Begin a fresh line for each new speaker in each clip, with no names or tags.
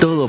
Todo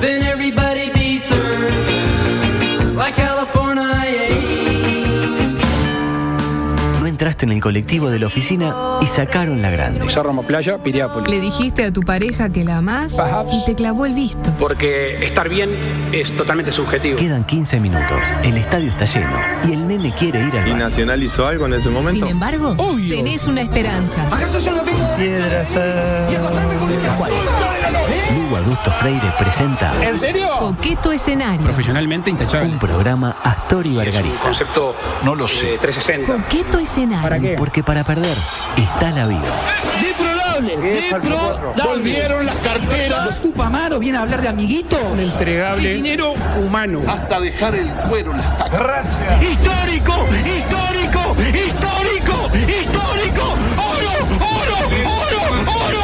Then everybody be served like California.
No entraste en el colectivo de la oficina y sacaron la grande.
Cerro Playa, Piriápolis.
Le dijiste a tu pareja que la amás y te clavó el visto.
Porque estar bien es totalmente subjetivo.
Quedan 15 minutos, el estadio está lleno y el nene quiere ir al
¿Y
baño.
Nacional hizo algo en ese
Sin
momento?
embargo, tenés una esperanza.
Lugo Augusto Freire presenta
Coqueto escenario.
Profesionalmente intachable.
un programa Astor y Bargarista.
Concepto eh, no lo sé. 360.
Coqueto escenario.
¿Para qué?
Porque para perder está la vida.
Entregable. dinero humano.
Hasta dejar el cuero en las tacas.
histórico, histórico, histórico, histórico, oro, oro, oro, oro.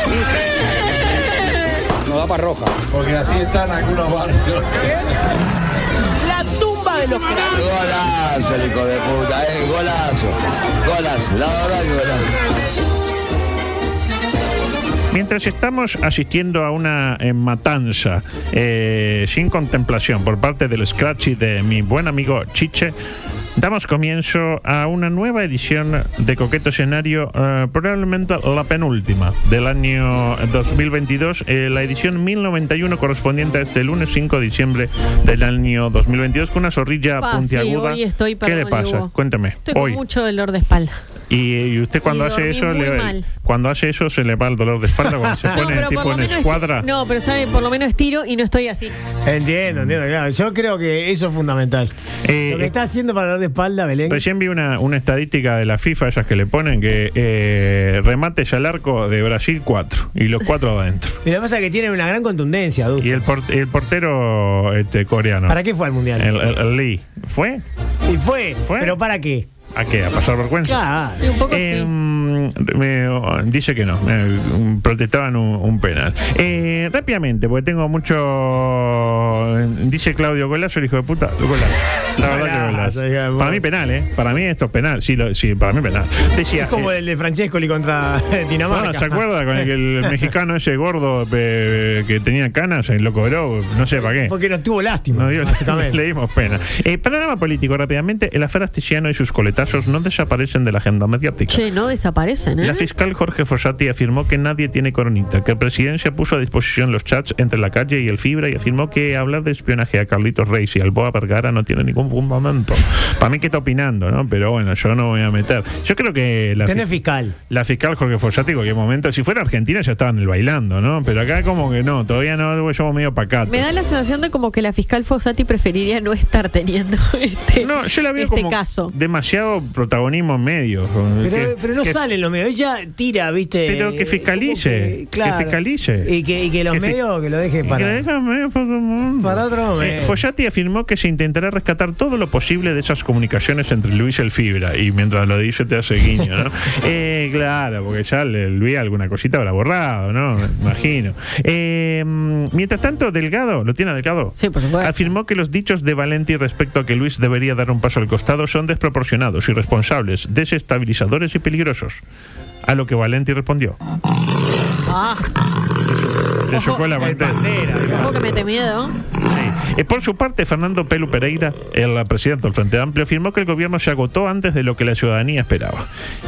Nos da para roja.
Porque así están algunos barrios. La tumba de los cráneos. Golazo, el hijo de puta, eh, golazo. Golazo, la verdad que golazo.
Mientras estamos asistiendo a una eh, matanza eh, sin contemplación por parte del Scratchy de mi buen amigo Chiche, damos comienzo a una nueva edición de Coqueto Escenario, eh, probablemente la penúltima del año 2022, eh, la edición 1091 correspondiente a este lunes 5 de diciembre del año 2022, con una zorrilla
Pa, sí,
puntiaguda.
hoy estoy,
¿Qué le
perdón,
pasa?
Hugo.
Cuéntame.
Estoy
hoy.
con mucho dolor de espalda.
Y, y usted cuando
Y
hace
dormí
eso,
muy
le-
mal.
cuando hace eso se le va el dolor de espalda cuando se pone tipo en escuadra.
No, pero sabe, por lo menos estiro y no estoy así.
Entiendo, entiendo, claro. Yo creo que eso es fundamental.
Eh,
Lo que está haciendo para dar de espalda, Belén.
Recién vi una, una estadística de la FIFA, esas que le ponen, que eh, remates al arco de Brasil 4 y los 4 adentro.
Y lo que pasa es que tiene una gran contundencia, Dusto.
Y el, por- el portero este, coreano,
¿Para qué fue al mundial?
el, el- el Lee, ¿fue?
Y fue,
¿Fue?
pero ¿para qué?
¿A qué? ¿A pasar vergüenza?
Claro.
Y un poco
Eh,
sí.
me- oh, dice que no, eh, protestaban un, un penal. Eh, rápidamente, porque tengo mucho. eh, Dice Claudio Golazo, el hijo de puta. Golazo. La verdad que
Golazo,
golazo.
hija de
Para
puta.
mí penal, ¿eh? Para mí esto es penal. Sí, lo- sí para mí penal. Decía.
Es como
eh,
el de Francescoli contra Dinamarca.
no, ¿Se acuerda con el, que el mexicano ese gordo eh, que tenía canas? eh, Lo cobró, no sé para qué.
Porque nos tuvo lástima.
No, Dios,
básicamente.
le dimos pena. Eh, panorama político, rápidamente. El afer Astesiano y sus coletazos no desaparecen de la agenda mediática.
Che, no desaparecen, ¿eh?
La fiscal Jorge Fossati afirmó que nadie tiene coronita, que Presidencia puso a disposición los chats entre la calle y el Fibra y afirmó que hablar de espionaje a Carlitos Reis y al Boa Vergara no tiene ningún fundamento. Para mí que está opinando, ¿no? Pero bueno, yo no me voy a meter. Yo creo que la,
Tenés
fis-
fiscal.
la fiscal Jorge Fossati en cualquier momento, si fuera Argentina ya estaban el bailando, ¿no? Pero acá como que no, todavía no, yo medio pacato.
Me da la sensación de como que la fiscal Fossati preferiría no estar teniendo este,
No, yo la veo
este
como
caso.
demasiado protagonismo en medios.
Pero,
Que-
pero no
que-
sale en los medios. Ella tira, ¿viste?
Pero que fiscalice,
Como
que fiscalice.
Y que, y que los
Que fi-
medios que lo dejen
Y
para.
que déjame para otro momento.
Para otro momento.
Eh, Fossati afirmó que se intentará rescatar todo lo posible de esas comunicaciones entre Luis y el Fibra. Y mientras lo dice, te hace guiño, ¿no? Eh, claro, porque ya le- Luis alguna cosita habrá borrado, ¿no? Me Imagino. Eh, mientras tanto, Delgado, ¿lo tiene a Delgado?
Sí, por supuesto.
Afirmó que los dichos de Valenti respecto a que Luis debería dar un paso al costado son desproporcionados, irresponsables, desestabilizadores y peligrosos. A lo que Valenti respondió.
Ah,
Le chocó la bandera.
ojo que mete miedo.
Sí. Eh, por su parte, Fernando Pelu Pereira, el presidente del Frente Amplio, afirmó que el gobierno se agotó antes de lo que la ciudadanía esperaba.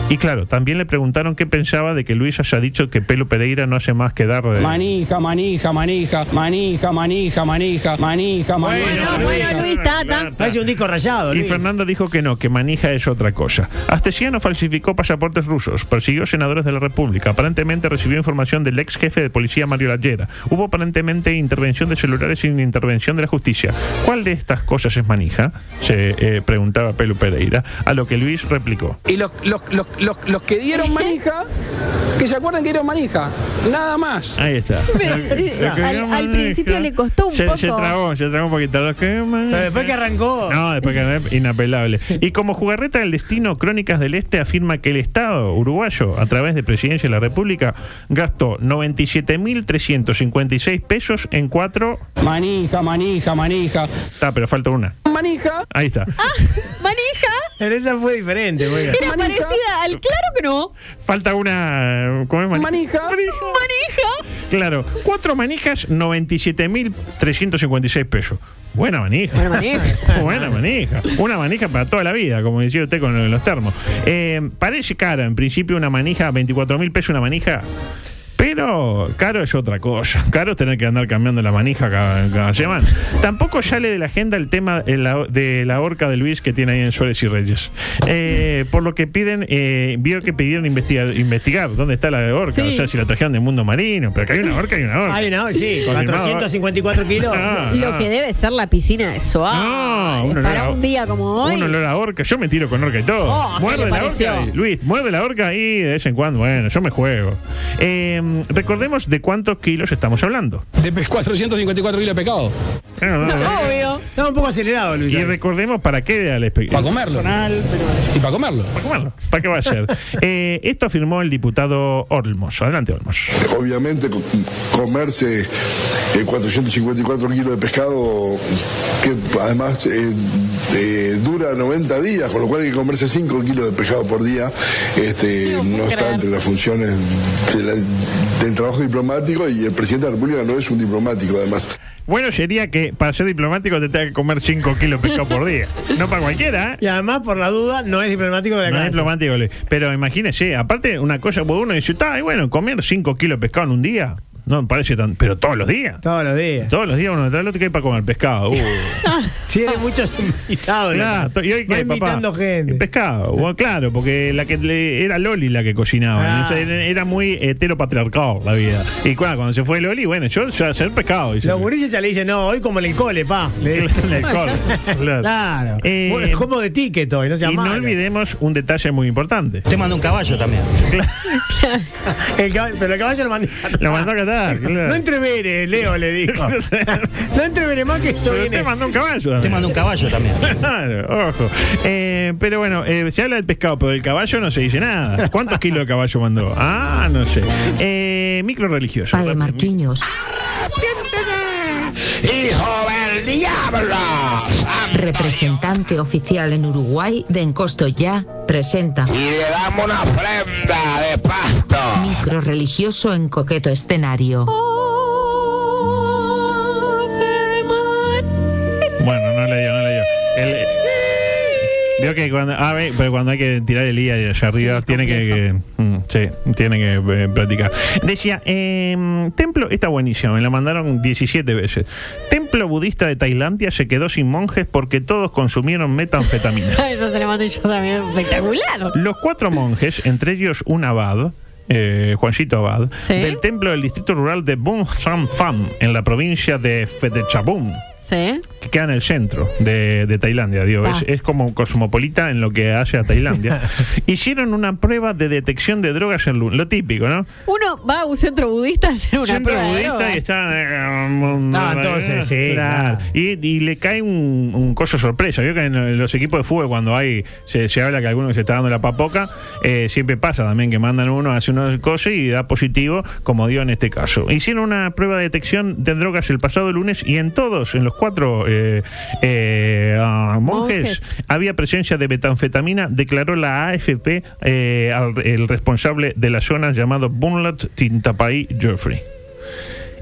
Y claro, también le preguntaron qué pensaba de que Luis haya dicho que Pelu Pereira no hace más que dar... eh,
Manija, manija, manija, manija, manija, manija, manija,
Bueno,
Bueno, bueno, Luis, tata.
Parece un disco rayado.
Y
Luis.
Fernando dijo que no, que manija es otra cosa. Astesiano falsificó pasaportes rusos, persiguió senadores de la República, aparentemente recibió información del ex jefe de policía Mario Lallera. Hubo aparentemente intervención de celulares sin intervención de la justicia. ¿Cuál de estas cosas es manija? Se eh, preguntaba Pelu Pereira, a lo que Luis replicó.
Y los, los, los, los, los que dieron manija, que se acuerdan que dieron manija, nada más.
Ahí está.
Pero,
Lo que-
eh,
lo que
al-
dio
al
manija-
principio le costó un
se, Se
poco.
trabó, se trabó un poquito. Lo que
Pero
manija-
después que arrancó.
No, después que inapelable. Y como jugarreta del destino, Crónicas del Este afirma que el Estado uruguayo, a través de Presidencia de la República, gastó 97.356 pesos en cuatro.
Manija, manija, manija,
Está, pero falta una.
manija.
Ahí está.
Ah, manija.
En esa fue diferente, güey.
Era
Manija.
parecida al. Claro que no.
Falta una. ¿Cómo es
Manija.
Manija.
Claro, cuatro manijas, 97.356 pesos. Buena manija.
Bueno, manija.
Buena manija. Una manija para toda la vida, como decía usted con lo de los termos. Eh, parece cara, en principio una manija, 24 mil pesos una manija. Pero caro es otra cosa. Caro es tener que andar cambiando la manija cada, cada semana. Tampoco sale de la agenda el tema de la, de la horca de Luis que tiene ahí en Suárez y Reyes. Eh, por lo que piden, eh, vio que pidieron investigar, investigar dónde está la horca.
Sí.
O sea, si la trajeron del mundo marino. Pero que hay una horca, hay una horca.
Ay, no, sí,
Confirmado.
454 kilos.
Ah,
Lo
ah.
que debe ser la piscina de Soa.
No, un olor
para
a-
un día como hoy.
Un olor a orca. Yo me tiro con orca y todo.
Oh, ¿qué
muerde
le
la
pareció?
orca. y- Luis, muerde la orca y de vez en cuando, bueno, yo me juego. Eh, recordemos de cuántos kilos estamos hablando.
De pe- 454 kilos de pescado.
Eh, no, no, no.
Obvio.
Estaba un poco acelerado, Luis.
Y recordemos para qué era el espe-
Para comerlo.
¿eh?
Y para comerlo.
Para comerlo. ¿Para qué va a ser? Eh, esto afirmó el diputado Olmos. Adelante, Olmos.
Obviamente co- comerse eh, 454 kilos de pescado que además eh, eh, dura 90 días, con lo cual hay que comerse 5 kilos de pescado por día, este,
No
no,
puedo
está
creer.
entre las funciones de la- del trabajo diplomático y el presidente de la República no es un diplomático además.
Bueno sería que para ser diplomático te tenga que comer 5 kilos de pescado por día. No para cualquiera, ¿eh?
Y además, por la duda, no es diplomático de la
No es
casa.
diplomático, le- pero imagínese, aparte una cosa, pues uno dice, está, y bueno, comer 5 kilos de pescado en un día, no me parece tan, pero todos los días.
Todos los días.
Todos los días uno detrás del otro que hay para comer pescado. Uh,
Tiene muchos invitados.
claro, to- y hoy
Va
qué, papá?
invitando gente.
Pescado, Bueno, claro, porque la que le- era Loli la que cocinaba.
Ah.
Entonces, Era, era muy heteropatriarcal la vida. Y claro, cuando se fue Loli, bueno, yo, yo hacer pescado. dice.
Los gurises ya le dicen, no, hoy como en el cole, pa. Le dicen.
En el coro, claro.
Claro.
Eh,
Bueno, como de ticket hoy, no se
y no
llama.
olvidemos un detalle muy importante.
Te mando un caballo también.
pero el caballo lo mandó.
Lo mandó a Qatar. claro.
No entrevere, Leo le dijo. no entrevere más que esto
Pero
viene.
usted mandó un caballo. también.
mando un caballo también.
Claro, ojo. Eh, pero bueno, eh, se habla del pescado, pero del caballo no se dice nada. ¿Cuántos kilos de caballo mandó? Ah, no sé. Eh, micro religioso.
Padre Marquiños.
¡Hijo del diablo!
Representante oficial en Uruguay de Encosto Ya, presenta
Y le damos una ofrenda de pasto.
micro religioso en coqueto escenario.
Bueno, no le dio, no le dio. El- eh, veo que cuando, ah, ve, pero cuando hay que tirar el día allá arriba, tiene que, que- mm, sí, tiene que eh, practicar. Decía, em, templo, está buenísima, me la mandaron 17 veces. Templo budista de Tailandia se quedó sin monjes porque todos consumieron metanfetamina.
Eso se la mato yo también. Espectacular.
Los cuatro monjes, entre ellos un abad, eh, Juancito Abad,
Sí.
del templo del distrito rural de Bun San Pham, en la provincia de Fetechabun,
Sí.
que queda en el centro de, de Tailandia, digo, es,
Ah.
es como cosmopolita en lo que hace a Tailandia, hicieron una prueba de detección de drogas en Luna, lo típico, ¿no?
Uno va a un centro budista a hacer una
Centro
prueba de
budista
drogas.
y eh, están...
Ah, entonces, sí, claro.
mm, Y, y le cae un, un coso sorpresa. Vio que en los equipos de fútbol, cuando hay se, se habla que alguno que se está dando la papoca, eh, siempre pasa también que mandan uno, hace unos cosas y da positivo, como dio en este caso. Hicieron una prueba de detección de drogas el pasado lunes y en todos, en los cuatro eh, eh, ah, monjes,
Monjes.
había presencia de metanfetamina, declaró la AFP eh, al- el responsable de la zona llamado Bunlat Tintapai Jeffrey.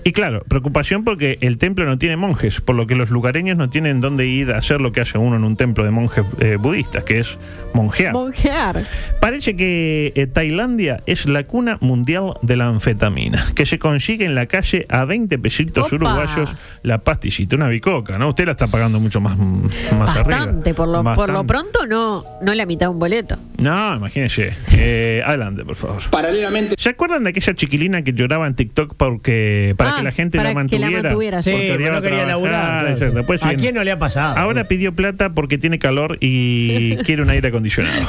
Y claro, preocupación porque el templo no tiene monjes, por lo que los lugareños no tienen dónde ir a hacer lo que hace uno en un templo de monjes eh, budistas, que es monjear.
Monjear.
Parece que eh, Tailandia es la cuna mundial de la anfetamina, que se consigue en la calle a 20 pesitos
Opa.
uruguayos la pasticita, una bicoca, ¿no? Usted la está pagando mucho más, mm, más arriba.
Bastante. Por lo, por lo
Bastante.
pronto, no, no la mitad de un boleto.
No, imagínese. Eh, adelante, por favor.
Paralelamente.
¿Se acuerdan de aquella chiquilina que lloraba en TikTok porque para
Ah,
que la gente
para
la
que la
mantuviera?
mantuviera,
Sí,
Porque
porque
odiaba
no quería
trabajar,
laburar. claro.
exacto. Pues,
¿A
sí,
quién no le ha pasado?
Ahora pidió plata porque tiene calor y quiere un aire acondicionado.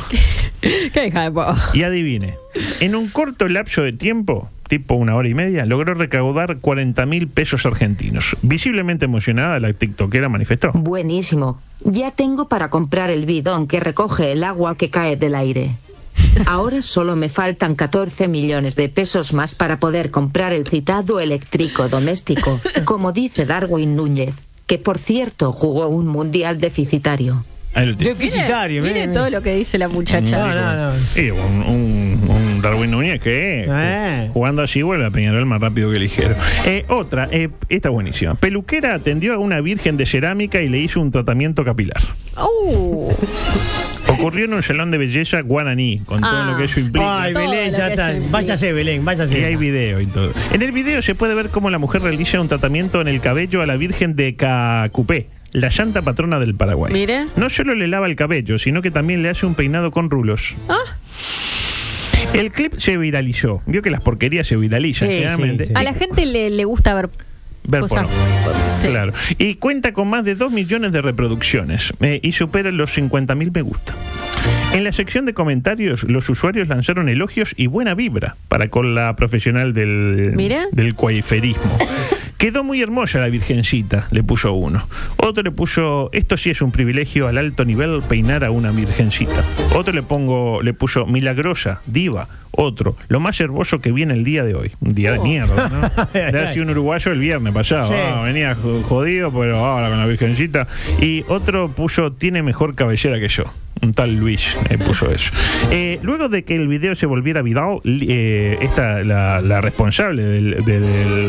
Qué hija de po-
Y adivine, en un corto lapso de tiempo, tipo una hora y media, logró recaudar 40 mil pesos argentinos. Visiblemente emocionada, la TikTokera manifestó.
Buenísimo. Ya tengo para comprar el bidón que recoge el agua que cae del aire. Ahora solo me faltan 14 millones de pesos más para poder comprar el citado eléctrico doméstico, como dice Darwin Núñez, que por cierto jugó un mundial deficitario.
el tío.
Deficitario,
Mire
mire.
todo lo que dice la muchacha.
No, no, no.
Sí, un, un- un Darwin Núñez que
Eh.
jugando así vuelve a Peñarol más rápido que ligero. Eh, otra, eh, esta buenísima. Peluquera atendió a una virgen de cerámica y le hizo un tratamiento capilar.
Uh,
Ocurrió en un salón de belleza guaraní, con todo
Ah.
lo que eso implica.
Ay,
Todo
Belén,
lo
ya
que
está.
se implica.
Váyase, Belén, váyase.
Y hay video y todo. En el video se puede ver cómo la mujer realiza un tratamiento en el cabello a la Virgen de Cacupé, la santa patrona del Paraguay.
Mire.
No solo le lava el cabello, sino que también le hace un peinado con rulos.
Ah.
El clip se viralizó. Vio que las porquerías se viralizan,
Sí, sí,
generalmente.
sí.
a la gente le, le gusta ver,
Ver
cosas.
porno.
Sí.
Claro. Y cuenta con más de 2 millones de reproducciones eh, y supera los 50.000 me gusta. En la sección de comentarios, los usuarios lanzaron elogios y buena vibra para con la profesional del,
Mira.
del coiferismo. Quedó muy hermosa la virgencita, le puso uno. Otro le puso, esto sí es un privilegio al alto nivel peinar a una virgencita. Otro le pongo, le puso milagrosa, diva. Otro, lo más hermoso que viene el día de hoy. Un día de
Oh.
mierda, ¿no? De haber sido un uruguayo el viernes pasado.
Sí.
Ah, venía jo- jodido, pero ahora con la virgencita. Y otro puso, tiene mejor cabellera que yo. Un tal Luis eh, puso eso. Eh, luego de que el video se volviera viral, li- eh, esta, la, la responsable del, del,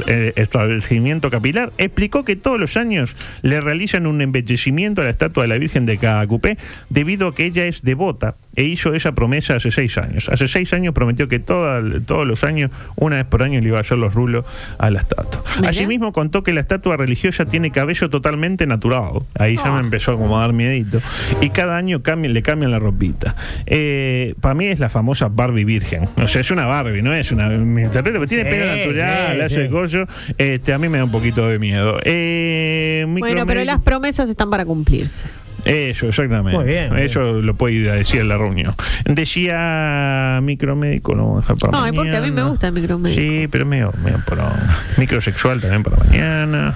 eh, establecimiento capilar explicó que todos los años le realizan un embellecimiento a la estatua de la Virgen de Cacupé debido a que ella es devota e hizo esa promesa hace seis años. Hace seis años prometió que toda- todos los años, una vez por año, le iba a hacer los rulos a la estatua.
Mira.
Asimismo, contó que la estatua religiosa tiene cabello totalmente naturado. Ahí ya me empezó como a dar miedito. Y cada año cambian- le cambian la ropita. Eh, Para mí es la famosa Barbie virgen. O sea, es una Barbie, no es una... me interpreto, pero tiene
Sí,
pelo natural,
sí,
le hace
sí.
el collo. Este, a mí me da un poquito de miedo. Eh,
Bueno, pero
micromed-
las promesas están para cumplirse.
eso, exactamente.
Muy bien,
Eso lo puede ir a decir en la reunión. Decía micromédico, no, deja para
Ay, porque a mí me
mañana.
gusta el micromédico.
Sí, pero medio, medio porón. Microsexual también para mañana.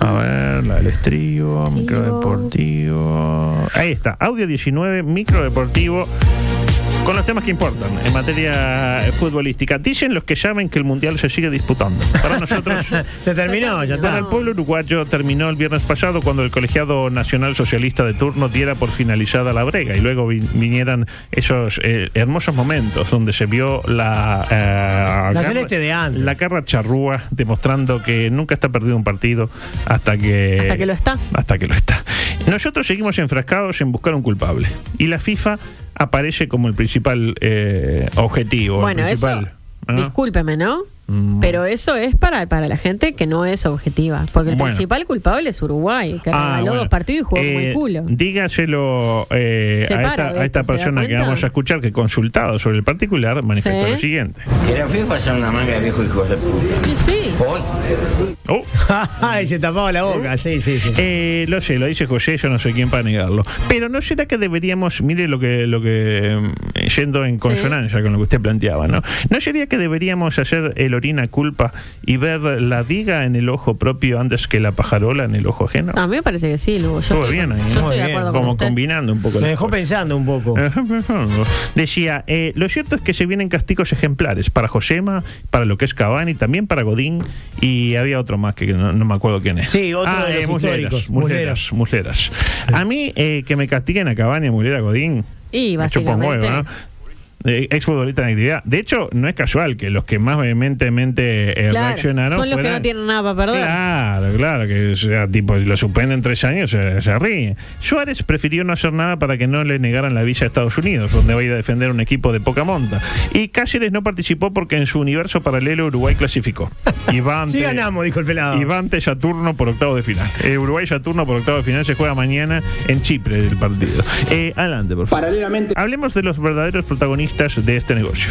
A ver, la del estribo, microdeportivo. Ahí está, audio 19, microdeportivo. Con los temas que importan en materia eh, futbolística. Dicen los que saben que el mundial se sigue disputando. Para nosotros,
Se terminó, ya
para
está.
el pueblo uruguayo terminó el viernes pasado cuando el colegiado nacional socialista de turno diera por finalizada la brega y luego vi- vinieran esos eh, hermosos momentos donde se vio la eh,
La
garra-
celeste de antes.
la carra charrúa demostrando que nunca está perdido un partido hasta que
Hasta que lo está.
hasta que lo está. Nosotros seguimos enfrascados en buscar un culpable y la FIFA aparece como el principal eh, objetivo. el
Bueno, eso.
principal, ¿no?
Discúlpeme, ¿no?
Mm.
Pero eso es para, para la gente que no es objetiva. Porque el
Bueno.
principal culpable es Uruguay, que
Ah,
regaló
bueno.
dos partidos y jugó como
Eh,
el culo.
Dígaselo eh,
Se
a
para,
esta, a
¿ves?
esta
¿Se da
persona que
cuenta?
vamos a escuchar, que consultado sobre el particular, manifestó
Sí.
lo siguiente.
Que la FIFA son una manga de viejo hijo de puta.
Sí, sí.
Hoy.
Oh.
Ay, se tapaba la boca, sí, sí, sí.
Eh, lo sé, lo dice José, yo no sé quién para negarlo. Pero ¿no será que deberíamos, mire lo que, lo que eh, yendo en consonancia con lo que usted planteaba, ¿no? ¿No sería que deberíamos hacer el orina culpa y ver la diga en el ojo propio antes que la pajarola en el ojo ajeno?
A mí me parece que sí, Lugo. Ah, Yo
Todo
estoy-
bien ahí,
yo
¿no?
estoy
Muy
de
bien,
acuerdo con
Como
usted.
combinando un poco.
Me
las
dejó
cosas.
pensando un poco.
Decía, eh, lo cierto es que se vienen castigos ejemplares para Josema, para lo que es Cavani, también para Godín y había otro más que no, no me acuerdo quién es. Ah, eh,
Sí, otro de los
Musleras,
históricos,
Musleras, Musleras. A mí eh, que me castiguen a Cavani, a Muslera, a Godín.
Y
me chupa un huevo,
básicamente.
¿no? Eh, exfutbolista en actividad. De hecho, no es casual que los que más vehementemente eh,
Claro,
reaccionaron
son los que
fueran-
no tienen nada para perder.
Claro, claro, que o sea, tipo, si lo suspenden tres años, se, se ríe. Suárez prefirió no hacer nada para que no le negaran la visa a Estados Unidos, donde va a ir a defender un equipo de poca monta. Y Cáceres no participó porque en su universo paralelo Uruguay clasificó. Y va
Sí
ante-
ganamos, dijo el pelado.
y va ante Saturno por octavo de final. Eh, Uruguay Saturno por octavo de final se juega mañana en Chipre el partido. Eh, adelante, por favor.
Paralelamente.
Hablemos de los verdaderos protagonistas de este negocio.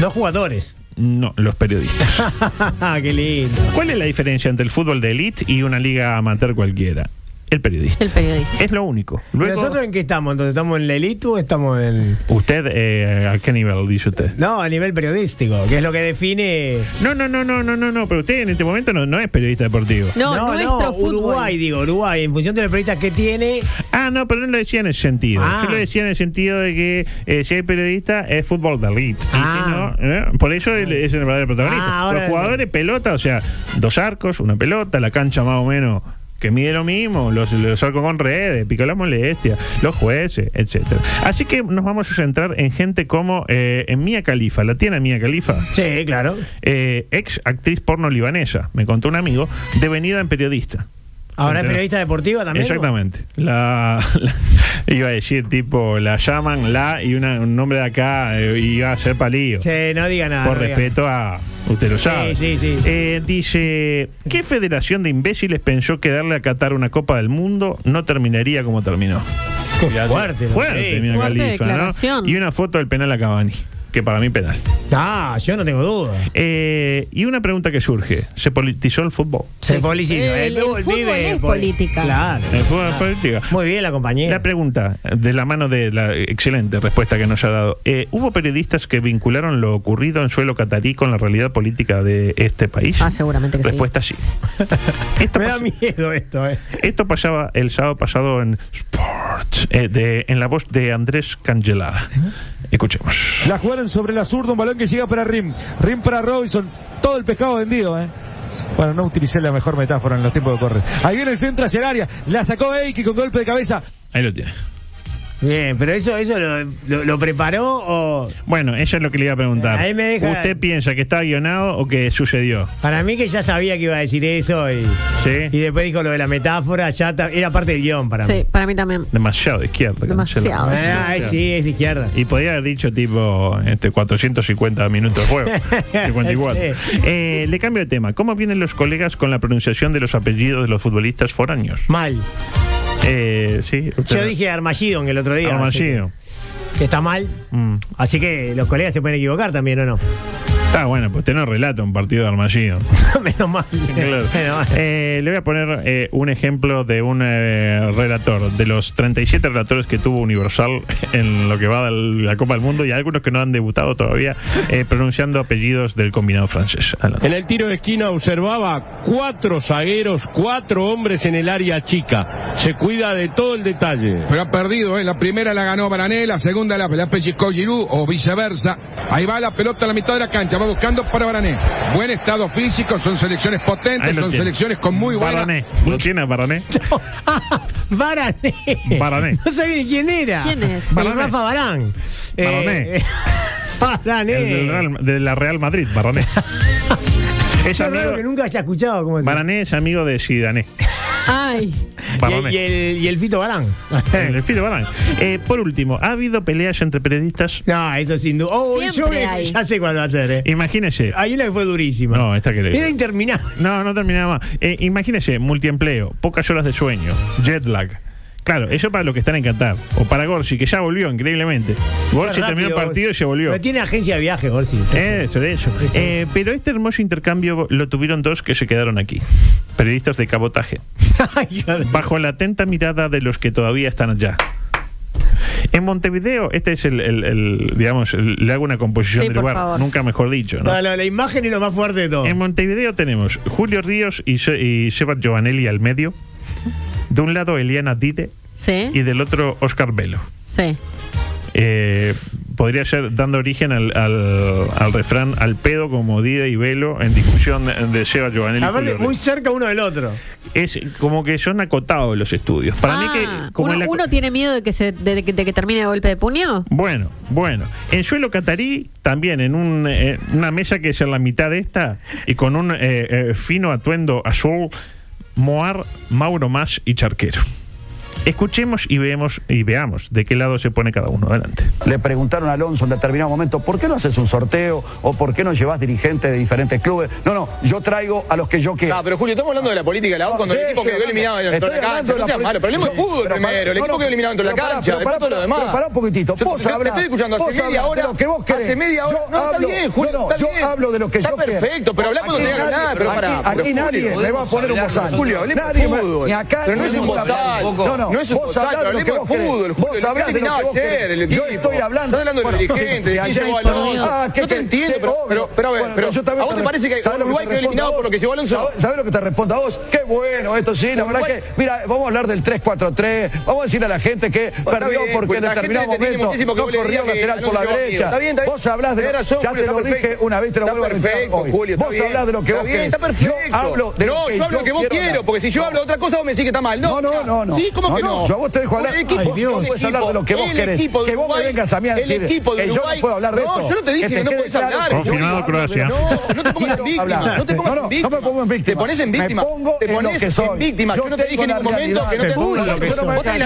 Los jugadores.
No, los periodistas.
Qué lindo.
¿Cuál es la diferencia entre el fútbol de elite y una liga amateur cualquiera? El periodista.
El periodista.
Es lo único. Luego,
¿Nosotros en qué estamos? Entonces, ¿estamos en la elite o estamos en.?
¿Usted eh, a qué nivel dice usted?
No, a nivel periodístico, que es lo que define.
No, no, no, no, no, no, no, pero usted en este momento no, no es periodista deportivo.
No, nuestro fútbol.
Uruguay, digo, Uruguay, en función de los periodistas que tiene.
Ah, no, pero no lo decía en ese sentido.
Ah.
Yo lo decía en el sentido de que eh, si hay periodista es fútbol de elite. Y
Ah.
si no, ¿eh? Por eso él es el verdadero protagonista.
Ah, ahora-
Los jugadores, pelota, o sea, dos arcos, una pelota, la cancha más o menos que mide lo mismo, los, los arcos con redes, picó la molestia, los jueces, etcétera. Así que nos vamos a centrar en gente como eh, en Mia Khalifa, ¿la tiene Mia Khalifa?
Sí, claro.
Eh, ex actriz porno libanesa, me contó un amigo, devenida en periodista.
Ahora es
Entera-
periodista deportiva también. ¿no?
Exactamente. La, la- iba a decir tipo, la llaman la y una- un nombre de acá eh, iba a ser palío.
Sí, no diga nada.
Por
no diga.
respeto a. Usted lo
Sí,
sabe.
sí, sí.
Eh, dice: ¿Qué federación de imbéciles pensó que darle a Qatar una Copa del Mundo no terminaría como terminó?
Qué fuerte. ¿no?
Fuerte,
Sí.
mira,
fuerte
Khalifa, ¿no?
declaración.
Y una foto del penal a Cavani, que para mí penal.
Ah, yo no tengo duda.
Eh, y una pregunta que surge: ¿se politizó el fútbol?
Se politizó.
El- el fútbol es política.
Claro.
El fútbol es política.
Muy bien la compañera.
La pregunta, de la mano de la excelente respuesta que nos ha dado, eh, ¿hubo periodistas que vincularon lo ocurrido en suelo catarí con la realidad política de este país?
Ah, seguramente que sí.
Respuesta sí. Esto,
Me
pas-
da miedo esto, eh.
esto pasaba el sábado pasado en Sports, eh, de- en la voz de Andrés Cangelara. Escuchemos.
La jugaron sobre la zurda, un balón que llega para Rim. Rim para Robinson. Todo el pescado vendido, ¿eh? Bueno, no utilicé la mejor metáfora en los tiempos que corren. Ahí viene el centro hacia el área. La sacó Eiki con golpe de cabeza.
Ahí lo tiene.
Bien, pero eso, eso lo, lo- lo preparó o.
Bueno, eso es lo que le iba a preguntar.
Ahí me deja-
¿Usted piensa que está guionado o que sucedió?
Para mí que ya sabía que iba a decir eso y,
¿Sí?
y después dijo lo de la metáfora, ya ta- era parte del guión para mí.
Sí, para mí también.
Demasiado de izquierda.
Demasiado.
Cangelara.
Ah, ay, sí, es de izquierda.
Y podía haber dicho tipo este 450 minutos de juego. 54.
Sí.
Eh, le cambio de tema. ¿Cómo vienen los colegas con la pronunciación de los apellidos de los futbolistas foráneos?
Mal.
Eh, sí, usted-
Yo dije Armagillon el otro día.
Armagino.
así que- Que está mal.
Mm.
Así que los colegas se pueden equivocar también, ¿o no?
Está bueno, pues usted no relata un partido de Armagino.
Menos mal.
Claro.
Menos mal.
Eh, le voy a poner eh, un ejemplo de un eh, relator, de los 37 relatores que tuvo Universal en lo que va de la Copa del Mundo y algunos que no han debutado todavía eh, pronunciando apellidos del combinado francés. Adelante.
En el tiro de esquina observaba cuatro zagueros, cuatro hombres en el área chica. Se cuida de todo el detalle.
Pero ha perdido, ¿eh? La primera la ganó Barané, la segunda la, la pellizcó Giroud o viceversa. Ahí va la pelota a la mitad de la cancha, va buscando para Barané. Buen estado físico, son selecciones potentes,
Ahí lo
son
tiene.
selecciones con muy buena...
Barané. ¿Lo tiene a Barané?
Barané.
Barané.
No sabía de quién era.
¿Quién es?
El
Barané.
Rafa Barán. Eh,
Barané.
Barané.
El del Real- de la Real Madrid, Barané. Es
Qué raro que
amigo,
nunca haya escuchado cómo se-
Barané es amigo de Sidané.
Ay,
Barané.
Y, y el, y el Fito Barán.
El filo Barané. Eh, por último, ¿ha habido peleas entre periodistas?
no, eso sin duda. Oh,
Siempre
yo me-
hay.
ya sé cuál va a ser. eh.
Imagínese.
Hay una que fue durísima.
No, esta que le-
Era interminable.
No, no terminaba más. Eh, imagínese, multiempleo, pocas horas de sueño, jet lag. Claro, eso para los que están en Qatar. O para Gorsi, que ya volvió increíblemente. Gorsi
Rápido,
terminó el partido y se volvió.
Pero tiene agencia de viaje, Gorsi.
Eso, de hecho.
Eso.
Eh, pero este hermoso intercambio lo tuvieron dos que se quedaron aquí. Periodistas de cabotaje.
Ay, hijo de-
Bajo la atenta mirada de los que todavía están allá. En Montevideo, este es el, el- el, digamos, el- le hago una composición
Sí,
del
por
lugar,
favor.
nunca mejor dicho. ¿no?
No, no, la imagen es lo más fuerte de todo.
En Montevideo tenemos Julio Ríos y, Se- y Seba Giovanelli al medio. De un lado Eliana Dide y
sí,
del otro Oscar Velo.
sí.
Eh, podría ser dando origen al, al- al refrán al pedo como Dide y Velo en discusión de, de Seba Giovanelli. y
Aparte,
Julio
muy
Ríos.
cerca uno del otro.
Es como que son acotados los estudios. Para mí
Ah,
que como en
uno,
la-
uno tiene miedo de que, se, de, que, de que termine de golpe de puño.
Bueno, bueno. En suelo catarí, también en un, eh, una mesa que es en la mitad de esta y con un eh, eh, fino atuendo azul, Moar, Mauro Más y Charquero. Escuchemos y vemos y veamos de qué lado se pone cada uno. Adelante.
Le preguntaron a Alonso en determinado momento, ¿por qué no haces un sorteo? ¿O por qué no llevas dirigentes de diferentes clubes? No, no, yo traigo a los que yo quiero.
No, pero Julio, estamos hablando de la política de la O cuando el equipo quedó eliminado dentro de la cancha. No seas malo, pero hablemos de fútbol primero. El equipo quedó eliminado dentro de la cancha, después todo lo demás.
Pero pará un poquitito.
Yo
Vos
te- te
hablás-
estoy escuchando hace
vos
media
hablás de
hora,
lo que vos querés.
hace media hora.
Yo
No, está
hablo-
bien, Julio,
no, no,
está
yo
bien.
hablo de lo que
Está
yo quiero.
perfecto, pero hablá cuando
Aquí
tenga que
nadie-
hablar, pero pará,
Aquí,
pero
aquí
Julio,
nadie me va a poner un bozal.
Julio, hablemos de
Nadie me-
fútbol.
ni acá
Pero no
ni
es un
acá.
bozal.
No, no. No es un
Vos
bozato,
hablás de lo que vos
hablemos de fútbol,
querés. Vos
Julio, lo que
hablás de lo
terminó
que vos
ayer,
querés.
el
Yo
equipo.
estoy hablando-
Estoy hablando
Bueno,
de los
si
dirigentes, de quién
ayer-
llevó a
Ay, por
Alonso.
Dios. Ah, que-
Yo te
que-
entiendo,
sí,
pero,
obvio.
pero, pero a ver,
Bueno,
pero
yo también
¿a vos te
re-
parece que
¿sabés lo
Uruguay
te
quedó eliminado
respondo
por lo que llevó Alonso?
¿Sabés- ¿Sabés lo que te respondo a vos? Qué bueno esto, sí, la verdad que. Mira, vamos a hablar del 3-4-3. Vamos a decirle a la gente que
Bueno,
perdió
está bien, pues
porque en
la gente
determinado
le tenía
momento
muchísimo que
no
vos le
corría
digas
un
que
lateral por la
Alonso llevaba
derecha.
miedo. Está bien, está bien.
Vos hablás de.
Tenés
lo-
razón,
Ya
Julio,
te lo
está
dije
perfecto.
una vez, te lo
Está
vuelvo a reiterar
perfecto,
hoy.
Julio, está
Vos
bien.
hablás de lo que
Está
vos
bien,
querés.
está perfecto.
Yo hablo de
No,
lo que
yo hablo lo que vos
hablar.
quiero, porque si yo hablo de otra cosa, vos me decís que está mal. No,
No, no, no, no.
Sí, ¿cómo que no?
Yo a vos te dejo hablar.
El equipo-
Ay, Dios. Vos podés hablar de lo que vos
el
querés.
equipo de
Que vos me
Uruguay-
vengas a mí a
el
decir
equipo de
que yo no
Uruguay-
puedo hablar de
No,
esto.
yo no te dije que
te
no
quede
podés
claro
hablar.
que yo
Confirmado
hablo de-
Croacia.
No, no te pongas en víctima,
hablar.
no te pongas
No,
en
no,
víctima.
no me pongo en víctima.
Te pones en
Me
víctima.
pongo
te
en lo
pones
que soy.
en víctima. Yo,
Yo
no te dije en
tengo
ningún
la
momento que no te
realidad. Te pongo
pongas
lo que soy.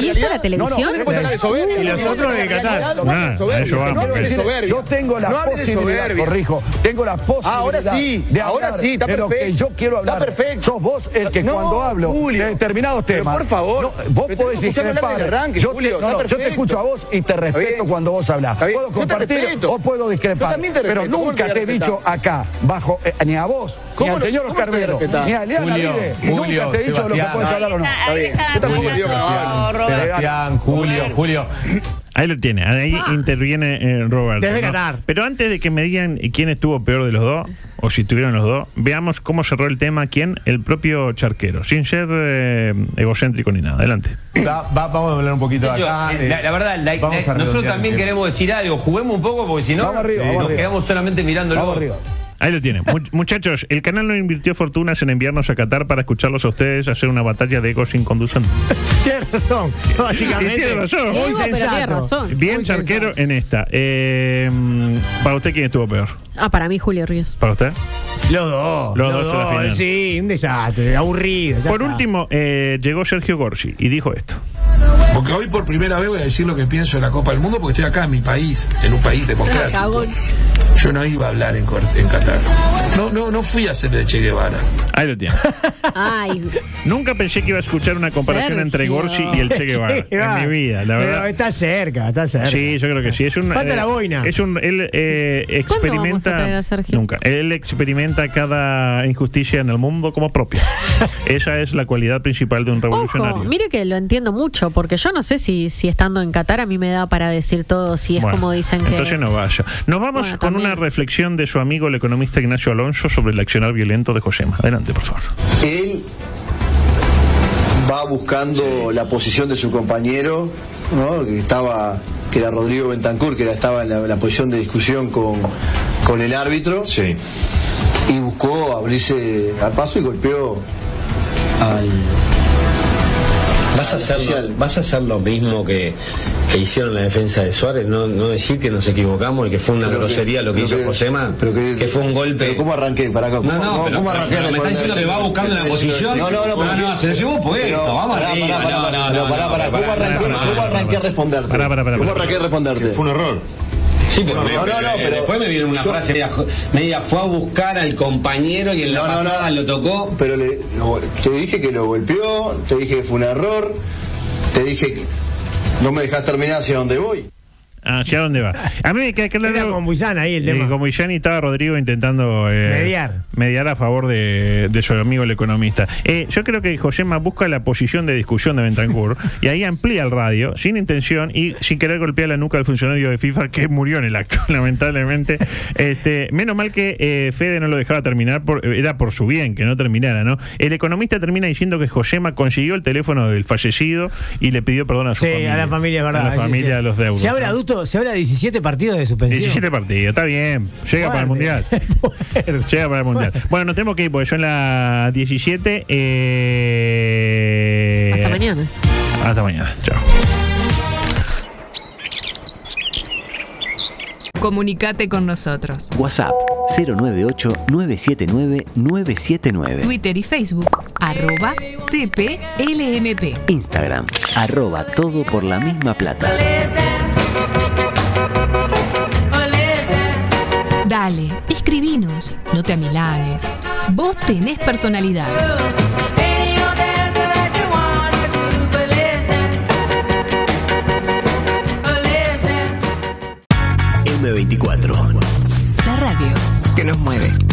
¿Y esto la televisión?
No, no, no, no,
Y los otros de Qatar.
Ah, a eso vamos,
No hables de
ok.
soberbia.
Yo tengo la
No hables de
posibilidad,
soberbia.
corrijo, tengo la posibilidad
Ahora sí,
de
ahora
hablar
sí, está
de lo que
perfecto.
yo quiero
Está
hablar.
perfecto.
Sos vos el que
No,
cuando hablo eh,
Julio.
de determinados
Pero
temas.
por favor.
no, vos
Pero
podés
tengo que escuchar hablar
discrepar.
del arranque,
yo,
Julio,
te, no,
está
no, yo te
perfecto.
escucho a vos y te respeto
bien.
cuando vos hablas.
bien.
Puedo
Yo te
compartir
respeto.
o puedo discrepar.
Yo también te
pero
respeto, ¿cómo
nunca
te voy a
te he dicho
respetar?
acá, bajo, eh, ni a vos, ni
¿Cómo
al
no-
señor
cómo te
Oscar
voy a
Vero,
respetar?
ni a Leana
Julio,
Vide.
Julio,
Nunca te he dicho lo que
Sebastián.
puedes hablar o no.
Está bien. Yo tampoco te digo que no hables.
Sebastián, Julio, Julio.
Ahí lo tiene, ahí interviene eh, Roberto.
Desde
¿no?
Qatar.
Pero antes de que me digan quién estuvo peor de los dos, o si estuvieron los dos, veamos cómo cerró el tema quién, el propio charquero, sin ser eh, egocéntrico ni nada. Adelante.
Va- va- vamos a hablar un poquito de acá.
Eh, la, la verdad, la-
Vamos
la-
a redondear
nosotros
el
también
tema.
queremos decir algo. Juguemos un poco porque si no,
Vamos arriba,
eh,
vamos
nos
arriba.
quedamos solamente mirándolo.
Ahí lo tiene. Much- muchachos, el canal no invirtió fortunas en enviarnos a Qatar para escucharlos a ustedes hacer una batalla de egos sin conducción.
Tienes razón. Básicamente.
Y tiene razón.
Muy
Digo,
pero tiene
sensato.
razón.
Bien charquero en esta. Eh, ¿Para usted quién estuvo peor?
Ah, para mí Julio Ríos.
¿Para usted?
Los dos.
Los dos en la final.
Sí, un desastre. Aburrido. ya
Por
está.
último, eh, llegó Sergio Gorsi y dijo esto.
Porque hoy por primera vez voy a decir lo que pienso de la Copa del Mundo porque estoy acá en mi país, en un país
Ah,
democrático.
cagón.
Yo no iba a hablar en, Cor- en Qatar. No, no, no fui a hacer de Che Guevara.
Ahí lo tiene.
Ay,
Nunca pensé que iba a escuchar una comparación
Sergio.
entre Gorsi y el Che Guevara
Sí, va.
en mi vida, la
Pero
verdad.
está cerca, está cerca.
Sí, yo creo que sí. Es un,
Falta
eh,
la boina.
Es un, él eh,
¿Cuándo vamos a
experimenta.
traer a Sergio?
nunca. Él experimenta cada injusticia en el mundo como propia. Esa es la cualidad principal de un revolucionario.
Ojo, mire que lo entiendo mucho, porque yo no sé si, si estando en Qatar a mí me da para decir todo, si es
Bueno,
como dicen que.
Entonces
es.
no vaya. Nos vamos
Bueno,
con una
también.
reflexión de su amigo el economista Ignacio Alonso sobre el accionar violento de Josema. Adelante, por favor.
Él va buscando la posición de su compañero, ¿no? que estaba, que era Rodrigo Bentancur, que era- estaba en la, la posición de discusión con, con el árbitro, y buscó abrirse a paso y golpeó al,
¿Vas a, hacer lo, ¿Vas a hacer lo mismo que, que hicieron la defensa de Suárez? ¿No, no decir que nos equivocamos y que fue una
Pero que-
grosería lo que
pero
hizo
que-
Josema?
pero que-
fue un golpe.
Pero ¿Cómo arranqué? Pará, ¿cómo,
No, no,
cómo-
pero-
cómo
pero-
arranqué?
pero me está diciendo que va buscando la posición.
No, no, no.
No,
porque-
no, se llevó un puesto,
Pero,
vamos
pará,
arriba,
Pará, pará,
no, no,
pero
no,
pará,
no,
pará.
pará,
¿Cómo
pará, pará,
arranqué- cómo
pará,
arranqué a
pará.
responderte?
Pará, pará, pará,
¿Cómo
pará.
arranqué a responderte?
Fue un error. Sí, pero,
No, no, no, pero-
Eh, después me viene una
yo-
frase media, media fue a buscar al compañero y en la
No, no, no.
pasada lo tocó.
Pero le, lo- te dije que lo golpeó, te dije que fue un error, te dije que no me dejás terminar hacia donde voy.
¿Hacia dónde va? Ah, A mí me queda claro.
Era con Buizán ahí el tema.
Y como Villani estaba Rodrigo intentando eh,
Mediar.
mediar a favor de, de su amigo el economista. Eh, yo creo que Josema busca la posición de discusión de Bentancur y ahí amplía el radio sin intención y sin querer golpear la nuca al funcionario de FIFA que murió en el acto, lamentablemente. Este, menos mal que eh, Fede no lo dejaba terminar, por, eh, era por su bien que no terminara, ¿no? El economista termina diciendo que Josema consiguió el teléfono del fallecido y le pidió perdón a su
Sí,
familia.
a la familia, es verdad.
A la
sí,
familia,
sí.
a los deudos.
Se habla,
¿no?
adulto, se habla de 17 partidos de suspensión.
17 partidos, está bien. Llega para el mundial. Llega para el mundial. Bueno, nos tenemos que ir porque yo en la 17. eh,
Hasta mañana.
Hasta mañana. Chao.
Comunicate con nosotros.
WhatsApp 098-979-979.
Twitter y Facebook, arroba TPLMP.
Instagram, arroba todo por la misma plata.
Dale, escribinos, no te amilanes. Vos tenés personalidad.
M24.
La radio.
Que nos mueve.